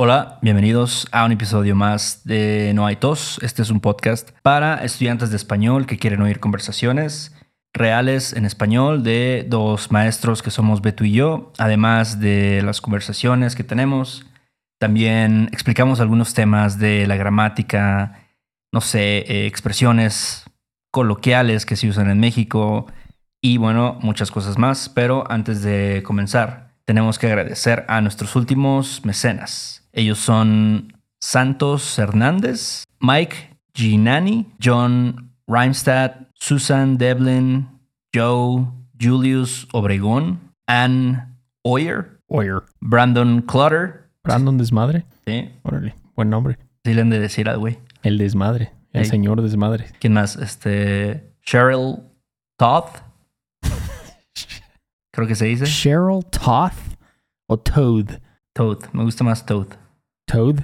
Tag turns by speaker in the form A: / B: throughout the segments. A: Hola, bienvenidos a un episodio más de No hay tos. Este es un podcast para estudiantes de español que quieren oír conversaciones reales en español de dos maestros que somos Beto y yo, además de las conversaciones que tenemos. También explicamos algunos temas de la gramática, no sé, eh, expresiones coloquiales que se usan en México y bueno, muchas cosas más. Pero antes de comenzar, tenemos que agradecer a nuestros últimos mecenas. Ellos son Santos Hernández, Mike Ginani, John Rhymstad, Susan Devlin, Joe Julius Obregón, Ann Oyer,
B: Oyer.
A: Brandon Clutter.
B: Brandon Desmadre.
A: Sí,
B: Órale, buen nombre.
A: sí le han de decir al güey.
B: El Desmadre. El
A: Ey.
B: señor Desmadre.
A: ¿Quién más? Este. Cheryl Toth. Creo que se dice.
B: Cheryl Toth o Toad.
A: Toth. Me gusta más Toth.
B: Toad.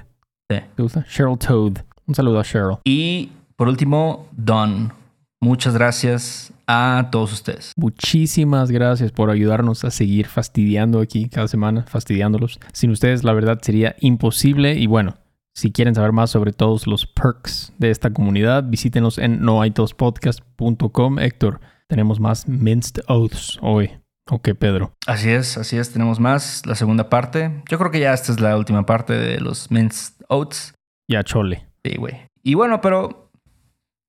A: Sí.
B: ¿Te gusta? Cheryl Toad. Un saludo a Cheryl.
A: Y por último, Don. Muchas gracias a todos ustedes.
B: Muchísimas gracias por ayudarnos a seguir fastidiando aquí cada semana, fastidiándolos. Sin ustedes, la verdad, sería imposible. Y bueno, si quieren saber más sobre todos los perks de esta comunidad, visítenos en noaitospodcast.com. Héctor, tenemos más minced oaths hoy. Ok, Pedro.
A: Así es, así es. Tenemos más, la segunda parte. Yo creo que ya esta es la última parte de los minced oats.
B: Ya, chole.
A: Sí, güey. Y bueno, pero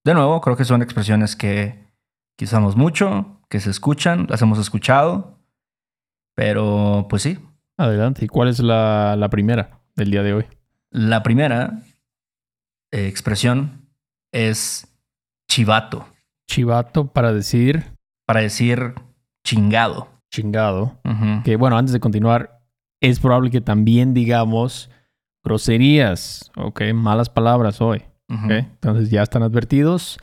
A: de nuevo, creo que son expresiones que, que usamos mucho, que se escuchan, las hemos escuchado. Pero pues sí,
B: Adelante. ¿Y cuál es la, la primera del día de hoy?
A: la primera eh, expresión es chivato,
B: Chivato para decir
A: para decir chingado.
B: chingado.
A: Ujú.
B: Que bueno, antes de continuar, es probable que también digamos groserías, ¿ok? Malas palabras hoy,
A: Ujú.
B: ¿ok? Entonces ya están advertidos.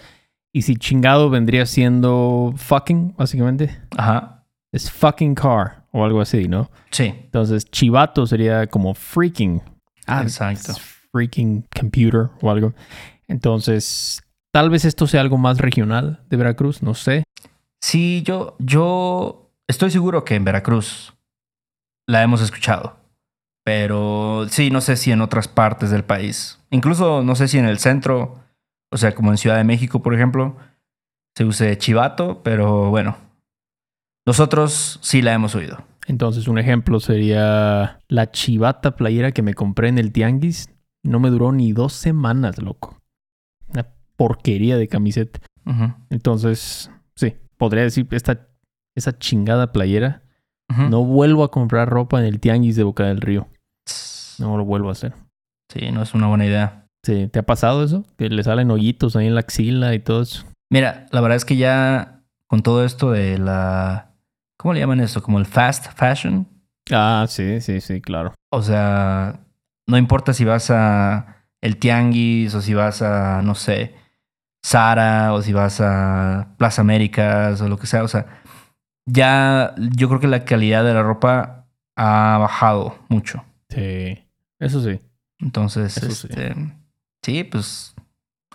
B: Y si chingado vendría siendo fucking, básicamente.
A: Ajá.
B: Es fucking car o algo así, ¿no?
A: Sí,
B: Entonces chivato sería como freaking.
A: Ah, Exacto.
B: es Freaking computer o algo. Entonces, tal vez esto sea algo más regional de Veracruz, no sé.
A: Sí, yo, yo estoy seguro que en Veracruz la hemos escuchado, pero sí, no sé si en otras partes del país, incluso no sé si en el centro, o sea, como en Ciudad de México, por ejemplo, se use chivato, pero bueno, nosotros sí la hemos oído.
B: Entonces, un ejemplo sería la chivata playera que me compré en el Tianguis. No me duró ni dos semanas, loco. Una porquería de camiseta.
A: Ujú,
B: Entonces, sí, podría decir esta, esa chingada playera.
A: ujú.
B: No vuelvo a comprar ropa en el Tianguis de Boca del Río.
A: Sí,
B: No lo vuelvo a hacer.
A: no es una buena idea.
B: Sí, ¿Te ha pasado eso? Que le salen hoyitos ahí en la axila y todo eso.
A: Mira, la verdad es que ya con todo esto de la... ¿Cómo le llaman esto? Como el fast fashion.
B: Ah, sí, sí, sí, claro.
A: O sea, no importa si vas a el Tianguis o si vas a, no sé, Zara o si vas a Plaza Américas o lo que sea. O sea, ya yo creo que la calidad de la ropa ha bajado mucho.
B: Sí. Eso sí.
A: Entonces,
B: Eso sí.
A: este, sí, pues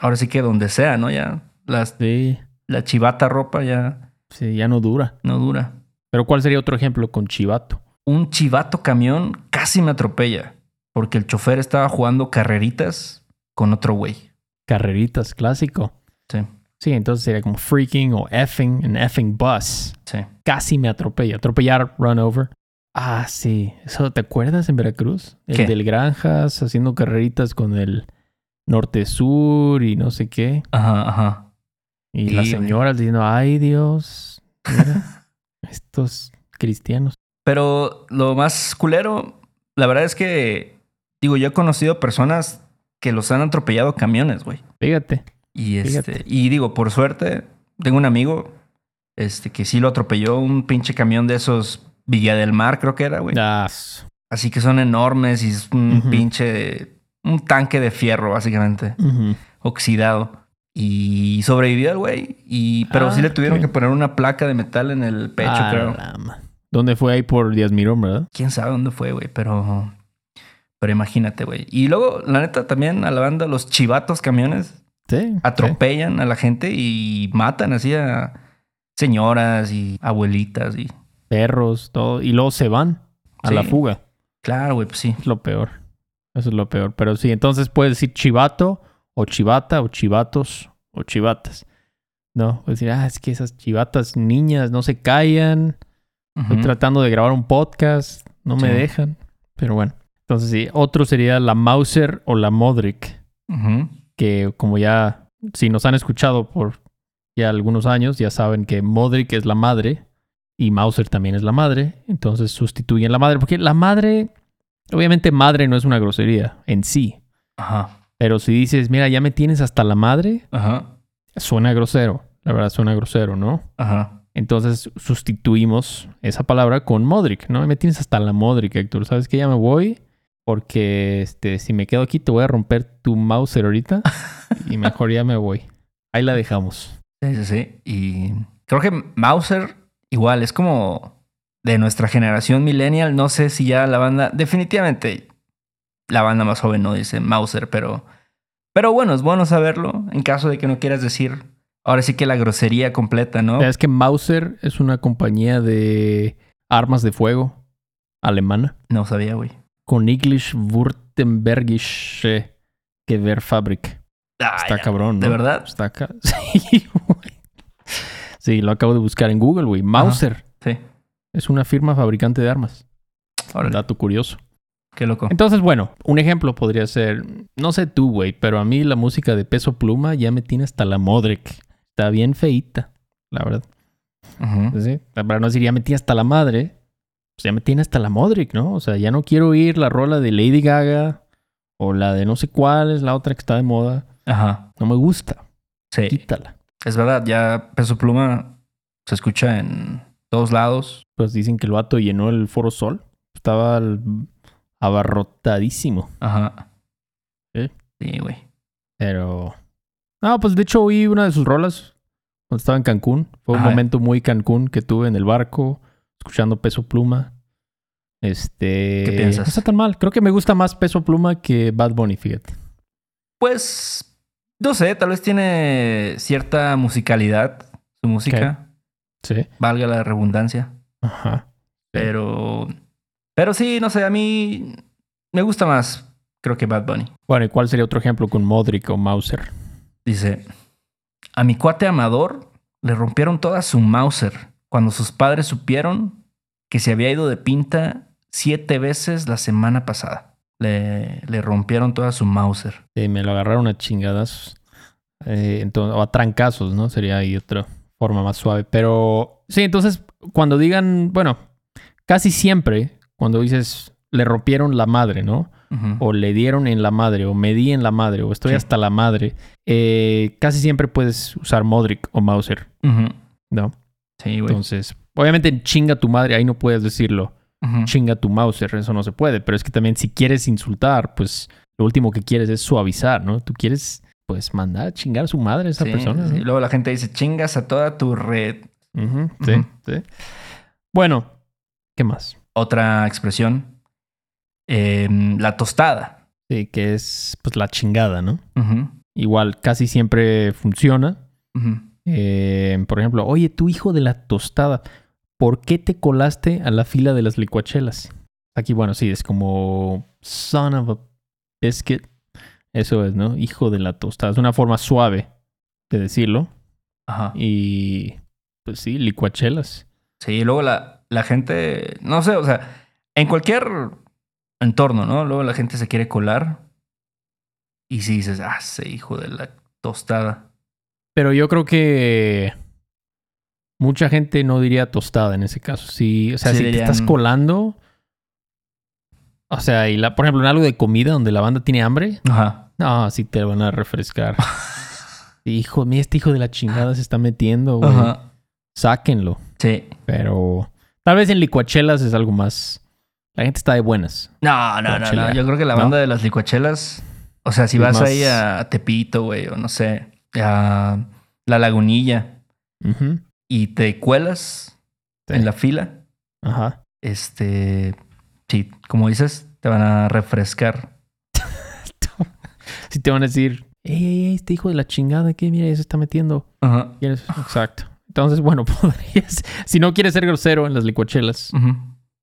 A: ahora sí que donde sea, ¿no? Ya las,
B: Sí.
A: la chivata ropa ya
B: Sí, ya no dura.
A: no dura.
B: Pero ¿cuál sería otro ejemplo con chivato?
A: un chivato camión casi me atropella porque el chofer estaba jugando carreritas con otro güey.
B: Carreritas, clásico.
A: Sí,
B: Sí, entonces sería como freaking o effing, an effing bus.
A: sí.
B: Casi me atropella. Atropellar, run over. Ah, sí. Eso, ¿te acuerdas en Veracruz? El
A: ¿Qué?
B: del Granjas haciendo carreritas con el norte-sur y no sé qué.
A: Ajá, ajá.
B: Y
A: Sí,
B: las
A: güey.
B: señoras diciendo, ay Dios, mira, estos cristianos.
A: Pero lo más culero, la verdad es que, digo, yo he conocido personas que los han atropellado camiones, güey.
B: Fíjate.
A: Y este,
B: Fíjate.
A: y digo, por suerte, tengo un amigo este, que sí lo atropelló un pinche camión de esos Villa del Mar, creo que era, güey.
B: Ah, s-
A: Así que son enormes y es un
B: Ujú.
A: pinche. Un tanque de fierro, básicamente.
B: Ujú.
A: Oxidado. Y sobrevivió el güey. Y, pero
B: Ah,
A: sí le tuvieron
B: qué
A: que poner una placa de metal en el pecho,
B: Ah,
A: creo.
B: la ma- ¿Dónde fue ahí por Díaz Mirón, verdad?
A: Quién sabe dónde fue, güey, pero. Pero imagínate, güey. Y luego, la neta, también a la banda, los chivatos camiones
B: Sí.
A: atropellan a la gente y matan así a señoras y abuelitas y.
B: sí. Perros, todo. Y luego se van a
A: Sí.
B: la fuga.
A: Claro, güey, pues sí.
B: Es lo peor. Eso es lo peor. Pero sí, entonces puedes decir chivato o chivata o chivatos o chivatas. No, puedes decir, ah, es que esas chivatas niñas no se callan.
A: Ujú.
B: Estoy tratando de grabar un podcast, no me
A: Sí.
B: dejan. Pero bueno. Entonces sí, otro sería la Mauser o la Modric,
A: Ujú.
B: que como ya, si nos han escuchado por ya algunos años, ya saben que Modric es la madre y Mauser también es la madre. Entonces sustituyen la madre, porque la madre, obviamente madre no es una grosería en sí,
A: Ajá.
B: pero si dices, mira, ya me tienes hasta la madre,
A: Ajá.
B: suena grosero. La verdad suena grosero, ¿no?
A: Ajá.
B: Entonces sustituimos esa palabra con Modric, ¿no? Me tienes hasta la Modric, Héctor. ¿Sabes que Ya me voy porque este, si me quedo aquí te voy a romper tu Mauser ahorita y mejor ya me voy. Ahí la dejamos.
A: Sí, sí, sí. Y creo que Mauser, igual, es como de nuestra generación millennial. No sé si ya la banda. Definitivamente la banda más joven no dice Mauser, pero. Pero bueno, es bueno saberlo en caso de que no quieras decir. Ahora sí que la grosería completa, ¿no?
B: Es que Mauser es una compañía de armas de fuego alemana
A: No sabía, güey.
B: Königlich Württembergische Gewehrfabrik.
A: Ah,
B: Está
A: ya.
B: cabrón, ¿no?
A: ¿De verdad?
B: Está acá. Sí, güey. Sí, lo acabo de buscar en Google, güey. Mauser
A: Sí.
B: es una firma fabricante de armas.
A: Órale,
B: Dato curioso.
A: qué loco.
B: Entonces, bueno, un ejemplo podría ser, no sé tú, güey, pero a mí la música de peso pluma ya me tiene hasta la modric. Está bien feita, la verdad.
A: Ujú.
B: Pues sí, para no decir ya me tiene hasta la madre, pues ya me tiene hasta la modric, ¿no? O sea, ya no quiero oír la rola de Lady Gaga o la de no sé cuál es la otra que está de moda.
A: Ajá.
B: No me gusta,
A: Sí.
B: quítala.
A: Es verdad, ya Peso Pluma se escucha en todos lados.
B: Pues dicen que el vato llenó el Foro Sol. Estaba al- abarrotadísimo.
A: Ajá.
B: Sí.
A: Sí, güey.
B: Pero. No, pues de hecho oí una de sus rolas cuando estaba en Cancún. Fue un
A: Ajá.
B: momento muy Cancún que tuve en el barco, escuchando Peso Pluma. Este.
A: ¿Qué piensas?
B: No está tan mal. Creo que me gusta más Peso Pluma que Bad Bunny, fíjate.
A: Pues, no sé, tal vez tiene cierta musicalidad su música,
B: Sí.
A: valga la redundancia.
B: Ajá.
A: Pero, pero sí, no sé, a mí me gusta más, creo que Bad Bunny.
B: Bueno, ¿y cuál sería otro ejemplo con Modric o Mauser?
A: Dice, a mi cuate Amador le rompieron toda su Mauser cuando sus padres supieron que se había ido de pinta siete veces la semana pasada. Le, le rompieron toda su Mauser.
B: Eh, me lo agarraron a chingadas. eh, o a trancazos, ¿no? Sería ahí otra forma más suave. Pero sí, entonces cuando digan, bueno, casi siempre cuando dices le rompieron la madre, ¿no?
A: Ujú.
B: O le dieron en la madre, o me di en la madre, o estoy
A: Sí.
B: hasta la madre, eh, casi siempre puedes usar Modric o Mauser,
A: Ujú.
B: ¿no?
A: Sí, güey.
B: Entonces, obviamente en chinga tu madre, ahí no puedes decirlo
A: Ujú.
B: chinga tu Mauser, eso no se puede. Pero es que también si quieres insultar, pues lo último que quieres es suavizar, ¿no? Tú quieres, pues, mandar a chingar a su madre a esa
A: Sí,
B: persona.
A: sí.
B: ¿no?
A: Luego la gente dice, chingas a toda tu red.
B: Ujú, sí,
A: Ujú.
B: sí. Bueno, ¿qué más?
A: Otra expresión, eh, la tostada.
B: Sí, que es, pues, la chingada, ¿no?
A: Ujú,
B: Igual, casi siempre funciona.
A: ujú.
B: Eh, por ejemplo, oye, tu hijo de la tostada, ¿por qué te colaste a la fila de las licuachelas? Aquí, bueno, sí, es como son of a biscuit. Eso es, ¿no? Hijo de la tostada. Es una forma suave de decirlo.
A: Ajá.
B: Y pues sí, licuachelas.
A: Sí, luego la, la gente, no sé, o sea, en cualquier entorno, ¿no? Luego la gente se quiere colar. Y si dices, ah, ese hijo de la tostada.
B: Pero yo creo que mucha gente no diría tostada en ese caso. Sí, o sea,
A: Sí
B: si
A: dirían-
B: te estás colando. O sea, y la, por ejemplo, en algo de comida donde la banda tiene hambre,
A: Ajá.
B: No, sí te van a refrescar. hijo, mira, este hijo de la chingada se está metiendo, güey.
A: Ajá.
B: Sáquenlo.
A: Sí.
B: Pero tal vez en licuachelas es algo más La gente está de buenas.
A: No, no, no, no.
B: Coachella.
A: Yo creo que la
B: ¿No?
A: banda de las licuachelas, o sea, si
B: Es
A: vas
B: más-
A: ahí a, a Tepito, güey, o no sé, a La Lagunilla
B: Ujú.
A: y te cuelas
B: Sí.
A: en la fila,
B: Ajá.
A: este, sí, como dices, te van a refrescar.
B: Si te van a decir, ey, ey, ey, este hijo de la chingada que mira, ya se está metiendo.
A: Ajá.
B: ¿Quieres? Exacto. Entonces, bueno, podrías, si no quieres ser grosero en las licuachelas,
A: Ujú.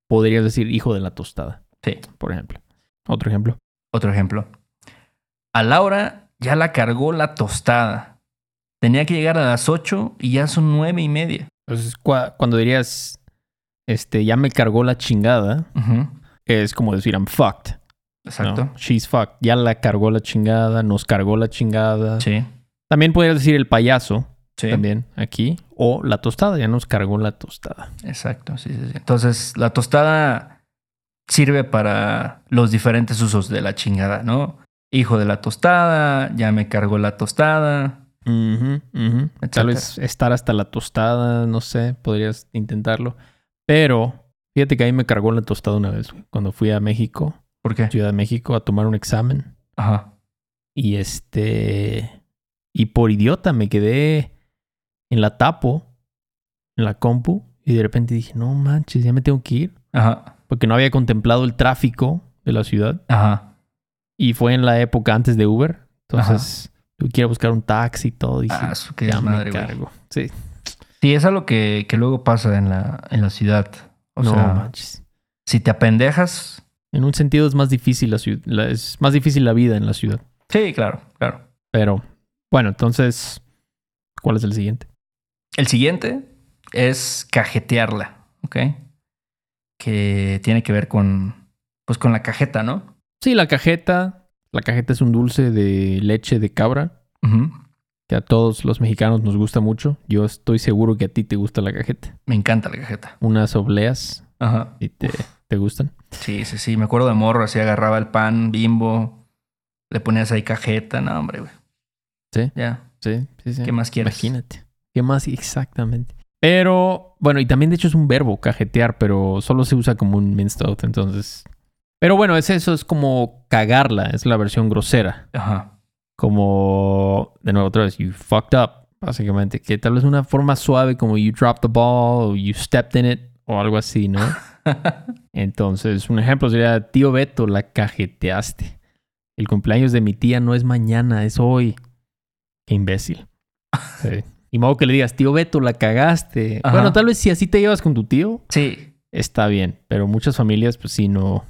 B: podrías decir hijo de la tostada.
A: Sí.
B: Por ejemplo. Otro ejemplo.
A: Otro ejemplo. A Laura ya la cargó la tostada. Tenía que llegar a las 8 y ya son nueve y media.
B: Entonces, cua- cuando dirías, este, ya me cargó la chingada,
A: Ujú.
B: es como decir, I'm fucked. ¿no?
A: Exacto.
B: She's fucked. Ya la cargó la chingada, nos cargó la chingada.
A: Sí.
B: También podrías decir el payaso,
A: Sí.
B: también aquí. O la tostada, ya nos cargó la tostada.
A: Exacto, sí, sí, sí. Entonces, la tostada sirve para los diferentes usos de la chingada, ¿no? Hijo de la tostada, ya me cargó la tostada.
B: Ujú, ujú.
A: Etcétera.
B: Tal vez estar hasta la tostada, no sé, podrías intentarlo. Pero fíjate que ahí me cargó la tostada una vez, güey, cuando fui a México,
A: ¿Por qué?
B: Ciudad de México, a tomar un examen.
A: Ajá.
B: Y este. Y por idiota me quedé en la tapo, en la compu, y de repente dije, no manches, ya me tengo que ir.
A: Ajá.
B: Porque no había contemplado el tráfico de la ciudad.
A: Ajá.
B: Y fue en la época antes de Uber. Entonces, yo quiero buscar un taxi y todo. Dije,
A: Ah, su que
B: ya me
A: madre, güey.
B: cargo. Sí.
A: Sí, es algo que, que luego pasa en la, en la ciudad. O
B: no
A: sea,
B: manches.
A: si te apendejas.
B: En un sentido es más difícil la ciudad, es más difícil la vida en la ciudad.
A: Sí, claro, claro.
B: Pero bueno, entonces, ¿cuál es el siguiente?
A: El siguiente es cajetearla, ¿ok? Que tiene que ver con, pues, con la cajeta, ¿no?
B: Sí, la cajeta. La cajeta es un dulce de leche de cabra
A: Ujú.
B: que a todos los mexicanos nos gusta mucho. Yo estoy seguro que a ti te gusta la cajeta.
A: Me encanta la cajeta.
B: Unas obleas
A: Ajá.
B: y te, te gustan.
A: Sí, sí, sí. Me acuerdo de morro, así agarraba el pan, bimbo, le ponías ahí cajeta. No, hombre, güey.
B: Sí.
A: Ya.
B: Sí, sí, sí.
A: ¿Qué más quieres?
B: Imagínate. ¿Qué más exactamente? Pero, bueno, y también de hecho es un verbo, cajetear, pero solo se usa como un minced out, entonces. Pero bueno, es eso, es como cagarla, es la versión grosera.
A: Ajá.
B: Como, de nuevo, otra vez, you fucked up, básicamente. Que tal vez una forma suave como you dropped the ball, o you stepped in it, o algo así, ¿no? Entonces, un ejemplo sería, tío Beto, la cajeteaste. El cumpleaños de mi tía no es mañana, es hoy. Qué imbécil. Sí. Y modo que le digas, tío Beto, la cagaste.
A: Ajá.
B: Bueno, tal vez si así te llevas con tu tío,
A: Sí,
B: está bien. Pero muchas familias, pues sí, no,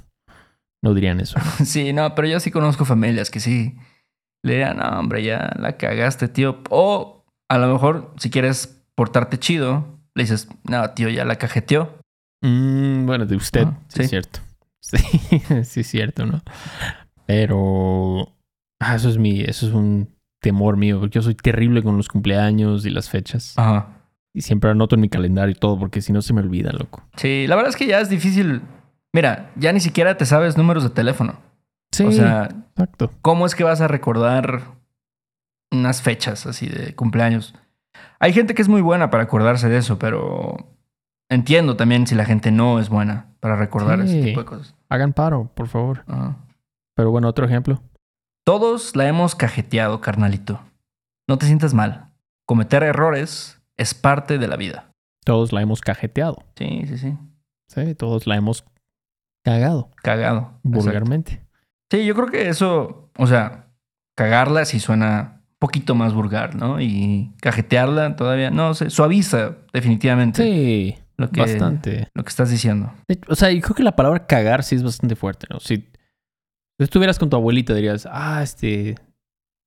B: no dirían eso.
A: sí, no, pero yo sí conozco familias que sí le dirán, no, hombre, ya la cagaste, tío. O a lo mejor, si quieres portarte chido, le dices, no, tío, ya la cajeteó.
B: Mm, bueno, de usted,
A: Ah,
B: sí, es
A: sí.
B: cierto. Sí, sí, es cierto, ¿no? Pero ah, eso es mi, eso es un temor mío, porque yo soy terrible con los cumpleaños y las fechas.
A: Ajá.
B: Y siempre anoto en mi calendario y todo, porque si no se me olvida, loco.
A: Sí, la verdad es que ya es difícil. Mira, ya ni siquiera te sabes números de teléfono.
B: Sí,
A: O sea,
B: exacto.
A: ¿cómo es que vas a recordar unas fechas así de cumpleaños? Hay gente que es muy buena para acordarse de eso, pero entiendo también si la gente no es buena para recordar
B: Sí.
A: ese tipo de cosas.
B: Hagan paro, por favor.
A: Ajá.
B: Pero bueno, otro ejemplo.
A: Todos la hemos cajeteado, carnalito. No te sientas mal. Cometer errores es parte de la vida.
B: Todos la hemos cajeteado.
A: Sí, sí, sí.
B: Sí, todos la hemos cagado,
A: Cagado. Exacto.
B: vulgarmente.
A: Sí, yo creo que eso, o sea, cagarla sí suena un poquito más vulgar, ¿no? Y cajetearla todavía, no sé, suaviza definitivamente.
B: Sí,
A: lo que,
B: bastante.
A: Lo que estás diciendo.
B: De- O sea, yo creo que la palabra cagar sí es bastante fuerte, ¿no? Si tú estuvieras con tu abuelita, dirías, ah, este,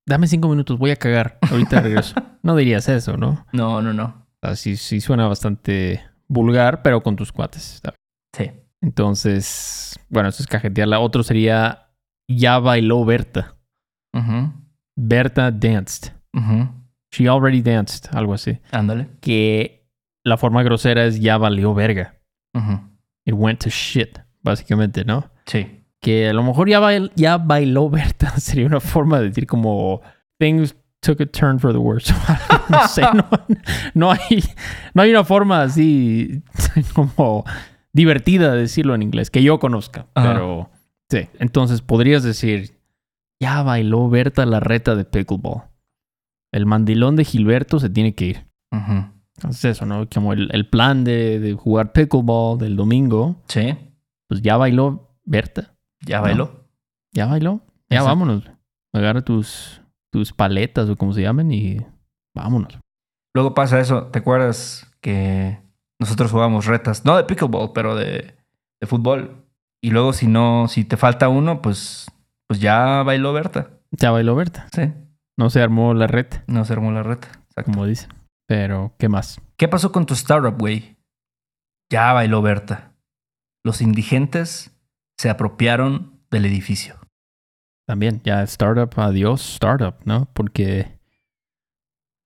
B: dame cinco minutos, voy a cagar, ahorita regreso. no dirías eso, ¿no?
A: No, no, no.
B: O sea, sí, sí suena bastante vulgar, pero con tus cuates. está
A: Sí.
B: Entonces, bueno, eso es cajetearla. Otro sería Ya bailó Berta.
A: Ujú,
B: Berta danced.
A: ujú.
B: She already danced, algo así.
A: Ándale.
B: Que la forma grosera es Ya valió verga.
A: Ujú.
B: It went to shit, básicamente, ¿no?
A: Sí.
B: Que a lo mejor ya, bail- ya bailó Berta sería una forma de decir como things took a turn for the worse. no sé, no, no hay, no hay una forma así como divertida de decirlo en inglés, que yo conozca.
A: Ajá.
B: Pero sí, entonces podrías decir, ya bailó Berta la reta de pickleball. El mandilón de Gilberto se tiene que ir.
A: Ujú.
B: Es eso, ¿no? Como el, el plan de, de jugar pickleball del domingo,
A: Sí,
B: pues ya bailó Berta.
A: ya
B: No.
A: bailó.
B: Ya bailó. Ya
A: Exacto.
B: vámonos. Agarra tus, tus paletas o como se llamen y vámonos.
A: Luego pasa eso, ¿te acuerdas que nosotros jugábamos retas? No de pickleball, pero de, de fútbol. Y luego si no, si te falta uno, pues, pues ya bailó Berta.
B: Ya bailó Berta.
A: Sí,
B: No se armó la reta,
A: no se armó la reta. Exacto.
B: como dicen. Pero, ¿qué más?
A: ¿Qué pasó con tu startup, güey? Ya bailó Berta. Los indigentes se apropiaron del edificio.
B: También, ya startup, adiós startup, ¿no? Porque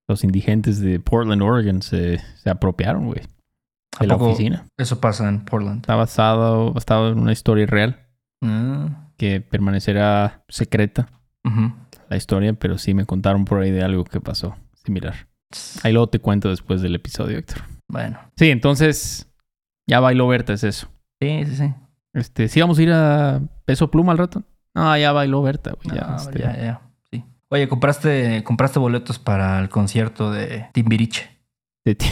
B: los indigentes de Portland, Oregon se, se apropiaron, güey,
A: ¿A
B: de la
A: poco
B: oficina.
A: Eso pasa en Portland.
B: Está basado, basado en una historia real
A: Ah,
B: que permanecerá secreta
A: ujú.
B: la historia, pero sí me contaron por ahí de algo que pasó similar. Ahí luego te cuento después del episodio, Héctor.
A: Bueno.
B: Sí, entonces ya bailó Berta, es eso.
A: Sí, sí, sí.
B: Este, sí vamos a ir a Peso Pluma al rato. No, ya bailó Berta, güey. Ya,
A: No,
B: este,
A: ya, ya, sí. Oye, compraste, compraste boletos para el concierto de Timbiriche.
B: de ti-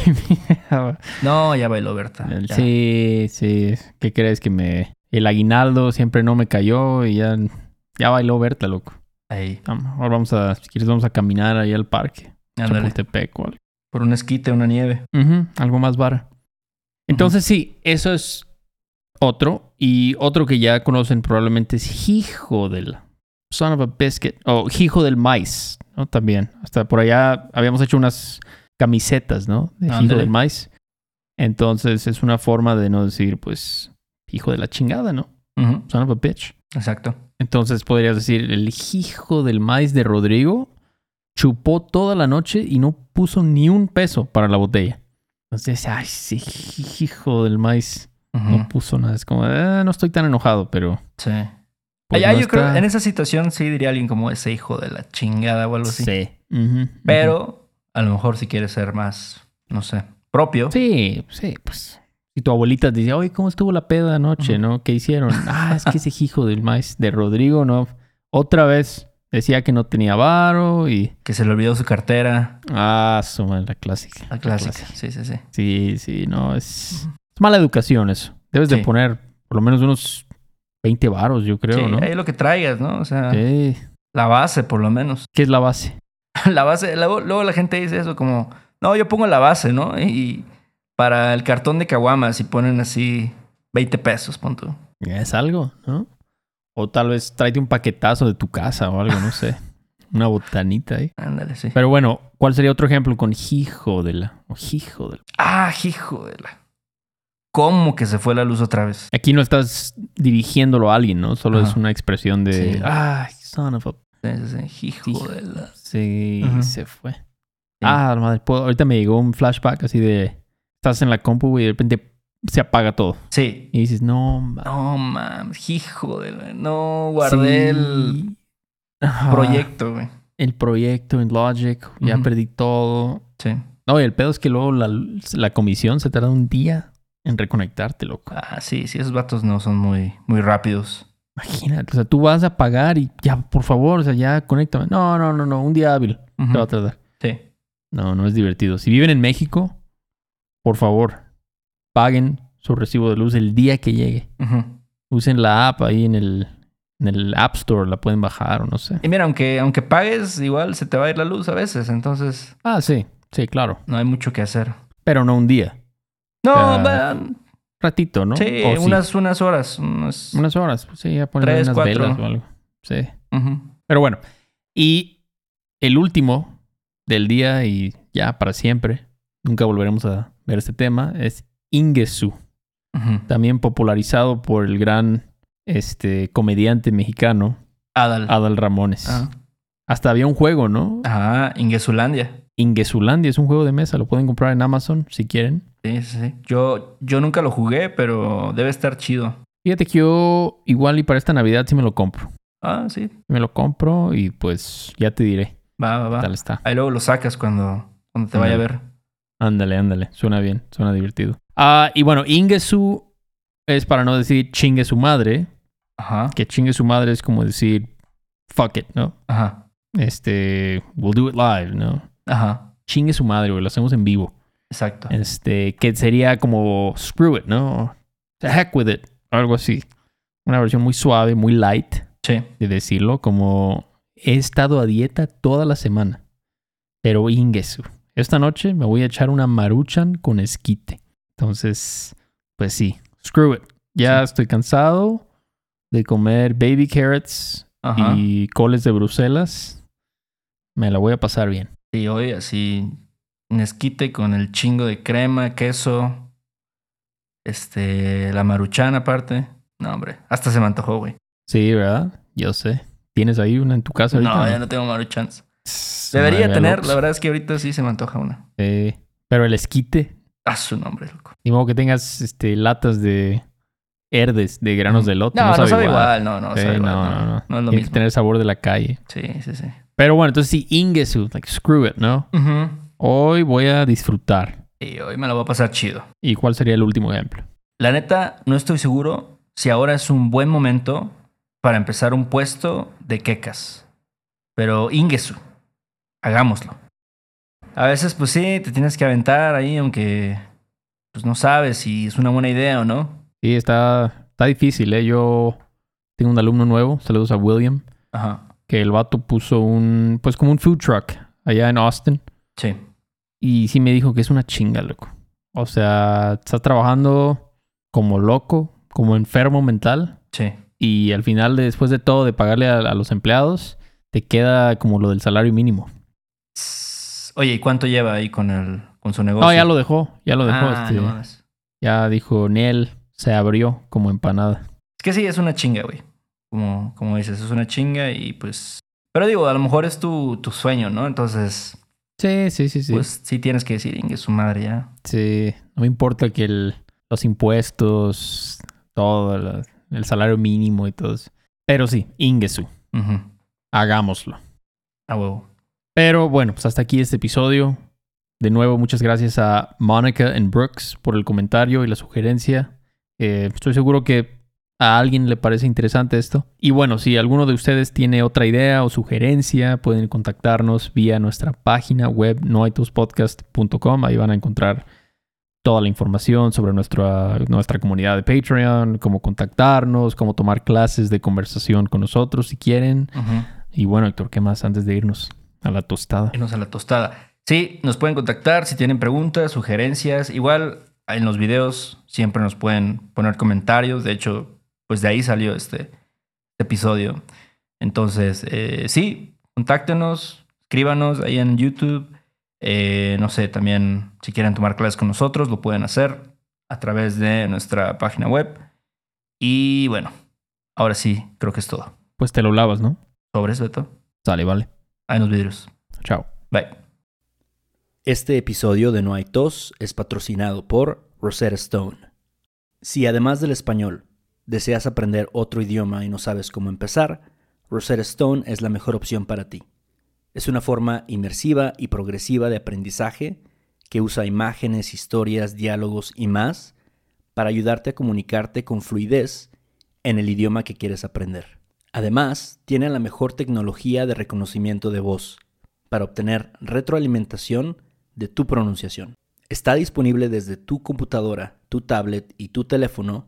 A: No, ya bailó Berta.
B: El-
A: Ah, ya.
B: Sí, sí. ¿Qué crees que me... El aguinaldo siempre no me cayó y ya, ya bailó Berta, loco.
A: Ahí.
B: Vamos, Ahora vamos a, si quieres, vamos a caminar ahí al parque.
A: ándale.
B: Chapultepec o algo.
A: Por un esquite, una nieve.
B: Ujú, algo más vara. Entonces sí, eso es otro. Y otro que ya conocen probablemente es hijo del son of a biscuit o hijo del maíz, ¿no? También. Hasta por allá habíamos hecho unas camisetas, ¿no? De hijo
A: Ándale.
B: del maíz. Entonces es una forma de no decir, pues, hijo de la chingada, ¿no?
A: Ujú,
B: Son of a bitch.
A: Exacto.
B: Entonces podrías decir, el hijo del maíz de Rodrigo chupó toda la noche y no puso ni un peso para la botella. Entonces, ay, sí, hijo del maíz
A: Ujú,
B: no puso nada. Es como, "Eh, no estoy tan enojado, pero...
A: Sí.
B: pues,
A: Allá
B: no
A: yo creo,
B: está".
A: en esa situación sí diría alguien como ese hijo de la chingada o algo así.
B: Sí. Ujú, ujú.
A: Pero a lo mejor si quieres ser más, no sé, propio.
B: Sí, sí, pues. Si tu abuelita te dice, oye, ¿cómo estuvo la peda anoche,
A: Ujú.
B: no? ¿Qué hicieron? Ah, es que ese hijo del maíz de Rodrigo, ¿no? Otra vez decía que no tenía varo y...
A: Que se le olvidó su cartera.
B: Ah, su madre, la clásica.
A: La clásica. Sí, sí, sí.
B: Sí, sí, no, es, es mala educación eso. Debes
A: Sí.
B: de poner por lo menos unos 20 varos, yo creo,
A: Sí,
B: ¿no?
A: ahí lo que traigas, ¿no? O sea,
B: Sí.
A: la base por lo menos.
B: ¿Qué es la base?
A: la base, luego, luego la gente dice eso como, no, yo pongo la base, ¿no? Y, y para el cartón de caguamas y ponen así 20 pesos, punto.
B: Es algo, ¿no? O tal vez tráete un paquetazo de tu casa o algo, no sé. Una botanita ahí.
A: Ándale, sí.
B: Pero bueno, ¿cuál sería otro ejemplo con hijo de la... O hijo de la...
A: Ah, hijo de la. ¿Cómo que se fue la luz otra vez?
B: Aquí no estás dirigiéndolo a alguien, ¿no? Solo es
A: Ajá.
B: una expresión de...
A: Sí. Ah,
B: Ay, son of a...
A: Sí, sí, sí, Hijo de la.
B: Sí,
A: Ajá.
B: se fue. Ah, la madre. puedo- ahorita me llegó un flashback así de. Estás en la compu, güey, y de repente se apaga todo.
A: Sí.
B: Y dices, no, ma-
A: No, mames, hijo de la. No, guardé el
B: sí. Ah. Ajá.
A: proyecto, güey.
B: El proyecto en Logic, ya
A: Ujú.
B: perdí todo.
A: Sí.
B: No, y el pedo es que luego la, la comisión se tarda un día en reconectarte, loco.
A: Ah, sí, sí, esos vatos no son muy, muy rápidos.
B: Imagínate, o sea, tú vas a pagar y ya, por favor, o sea, ya conéctame. No, no, no, no, un día hábil.
A: Ujú.
B: Te va a tardar.
A: Sí.
B: No, no es divertido. Si viven en México, por favor, paguen su recibo de luz el día que llegue.
A: Ujú.
B: Usen la app ahí en el, en el App Store, la pueden bajar o no sé.
A: Y mira, aunque, aunque pagues, igual se te va a ir la luz a veces, entonces.
B: Ah, sí, sí, claro.
A: No hay mucho que hacer.
B: Pero no un día.
A: No,
B: Ah,
A: va-
B: Ratito, ¿no?
A: sí,
B: O
A: unas, unas horas. unas-
B: unas horas. pues sí, ya ponen
A: Tres,
B: unas
A: cuatro.
B: velas o algo. Sí.
A: Ujú.
B: Pero bueno. Y el último del día y ya para siempre, nunca volveremos a ver este tema, es Ingesu.
A: Ujú.
B: También popularizado por el gran este, comediante mexicano
A: Adal.
B: Adal Ramones.
A: Ah.
B: Hasta había un juego, ¿no?
A: Ajá, Inguesulandia.
B: Ingesulandia es un juego de mesa, lo pueden comprar en Amazon si quieren.
A: Sí, sí, sí. Yo, yo nunca lo jugué, pero debe estar chido.
B: Fíjate que yo igual y para esta Navidad sí me lo compro.
A: Ah, sí.
B: Me lo compro y pues ya te diré.
A: Va, va,
B: ¿Qué
A: va.
B: tal está?
A: Ahí luego lo sacas cuando, cuando te vaya a
B: Ándale.
A: ver.
B: Ándale, ándale. Suena bien, suena divertido. Ah, y bueno, Ingesu es para no decir chingue su madre,
A: Ajá.
B: que chingue su madre es como decir fuck it, ¿no?
A: Ajá.
B: Este, we'll do it live, ¿no?
A: Ajá.
B: Chingue su madre, güey, lo hacemos en vivo.
A: Exacto.
B: Este, que sería como screw it, ¿no? The heck with it, algo así. Una versión muy suave, muy light
A: Sí.
B: de decirlo, como he estado a dieta toda la semana. Pero ingesu. Esta noche me voy a echar una maruchan con esquite. Entonces, pues sí, screw it. Ya
A: Sí.
B: estoy cansado de comer baby carrots
A: Ajá. Y...
B: y coles de Bruselas. Me la voy a pasar bien.
A: hoy así, un esquite con el chingo de crema, queso, este, la maruchana aparte. No, hombre, hasta se me antojó, güey.
B: Sí, ¿verdad? Yo sé. ¿Tienes ahí una en tu casa ahorita?
A: No, ya no tengo maruchans.
B: Tss,
A: Debería
B: madre,
A: tener,
B: loco.
A: la verdad es que ahorita sí se me antoja una.
B: Sí. Pero el esquite,
A: A su nombre, loco.
B: ni modo que tengas este, latas de herdes, de granos de lote.
A: No, no, sabe igual, no, no,
B: Sí,
A: sabe igual.
B: no, no, no.
A: No es lo
B: Tiene
A: mismo.
B: que tener el sabor de la calle.
A: Sí, sí, sí.
B: Pero bueno, entonces sí, ingesu, like screw it, ¿no?
A: Ujú.
B: Hoy voy a disfrutar.
A: Y hoy me la voy a pasar chido.
B: ¿Y cuál sería el último ejemplo?
A: La neta, no estoy seguro si ahora es un buen momento para empezar un puesto de quecas. Pero Ingesu, hagámoslo. A veces, pues sí, te tienes que aventar ahí, aunque pues no sabes si es una buena idea o no.
B: Sí, está, está difícil, ¿eh? Yo tengo un alumno nuevo, saludos a William,
A: Ajá.
B: que el vato puso un, pues como un food truck allá en Austin.
A: Sí.
B: Y sí me dijo que es una chinga, loco. O sea, estás trabajando como loco, como enfermo mental.
A: Sí.
B: Y al final, de- después de todo, de pagarle a, a los empleados, te queda como lo del salario mínimo.
A: Sss. Oye, ¿y cuánto lleva ahí con el con su negocio?
B: No, ya lo dejó, ya lo dejó.
A: Oh, Ah,
B: este,
A: no mames.
B: Ya dijo, Niel se abrió como empanada.
A: Es que sí, es una chinga, güey. Como, como dices, es una chinga y pues... Pero digo, a lo mejor es tu, tu sueño, ¿no? Entonces,
B: Sí, sí, sí, sí.
A: pues sí tienes que decir, Inge, su madre ya.
B: sí. No me importa que el- los impuestos, todo, la- el salario mínimo y todo eso. Pero sí, Ingesu,
A: Ujú.
B: hagámoslo.
A: A huevo.
B: Pero bueno, pues hasta aquí este episodio. De nuevo, muchas gracias a Monica and Brooks por el comentario y la sugerencia. Eh, estoy seguro que a alguien le parece interesante esto. Y bueno, si alguno de ustedes tiene otra idea o sugerencia, pueden contactarnos vía nuestra página web noaitospodcast.com. Ahí van a encontrar toda la información sobre nuestra, nuestra comunidad de Patreon, cómo contactarnos, cómo tomar clases de conversación con nosotros si quieren.
A: Ujú.
B: Y bueno, Héctor, ¿qué más antes de irnos a la tostada?
A: Irnos a la tostada. Sí, nos pueden contactar si tienen preguntas, sugerencias. Igual en los videos siempre nos pueden poner comentarios. De hecho, pues de ahí salió este episodio. Entonces, eh, sí, contáctenos, escríbanos ahí en YouTube. Eh, no sé, también si quieren tomar clases con nosotros, lo pueden hacer a través de nuestra página web. Y bueno, ahora sí, creo que es todo.
B: Pues te lo lavas, ¿no?
A: Sobres, Beto.
B: Sale, vale.
A: Ahí en los vidrios.
B: Chao.
A: Bye.
C: Este episodio de No hay tos es patrocinado por Rosetta Stone. Si además del español deseas aprender otro idioma y no sabes cómo empezar, Rosetta Stone es la mejor opción para ti. Es una forma inmersiva y progresiva de aprendizaje que usa imágenes, historias, diálogos y más para ayudarte a comunicarte con fluidez en el idioma que quieres aprender. Además, tiene la mejor tecnología de reconocimiento de voz para obtener retroalimentación de tu pronunciación. Está disponible desde tu computadora, tu tablet y tu teléfono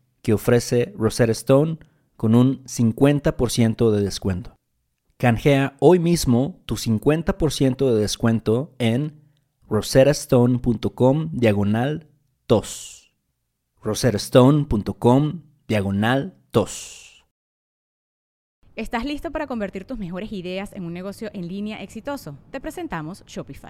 C: que ofrece Rosetta Stone con un 50% de descuento. Canjea hoy mismo tu 50% de descuento en rosettastone.com diagonal tos. rosettastone.com diagonal tos.
D: ¿Estás listo para convertir tus mejores ideas en un negocio en línea exitoso? Te presentamos Shopify.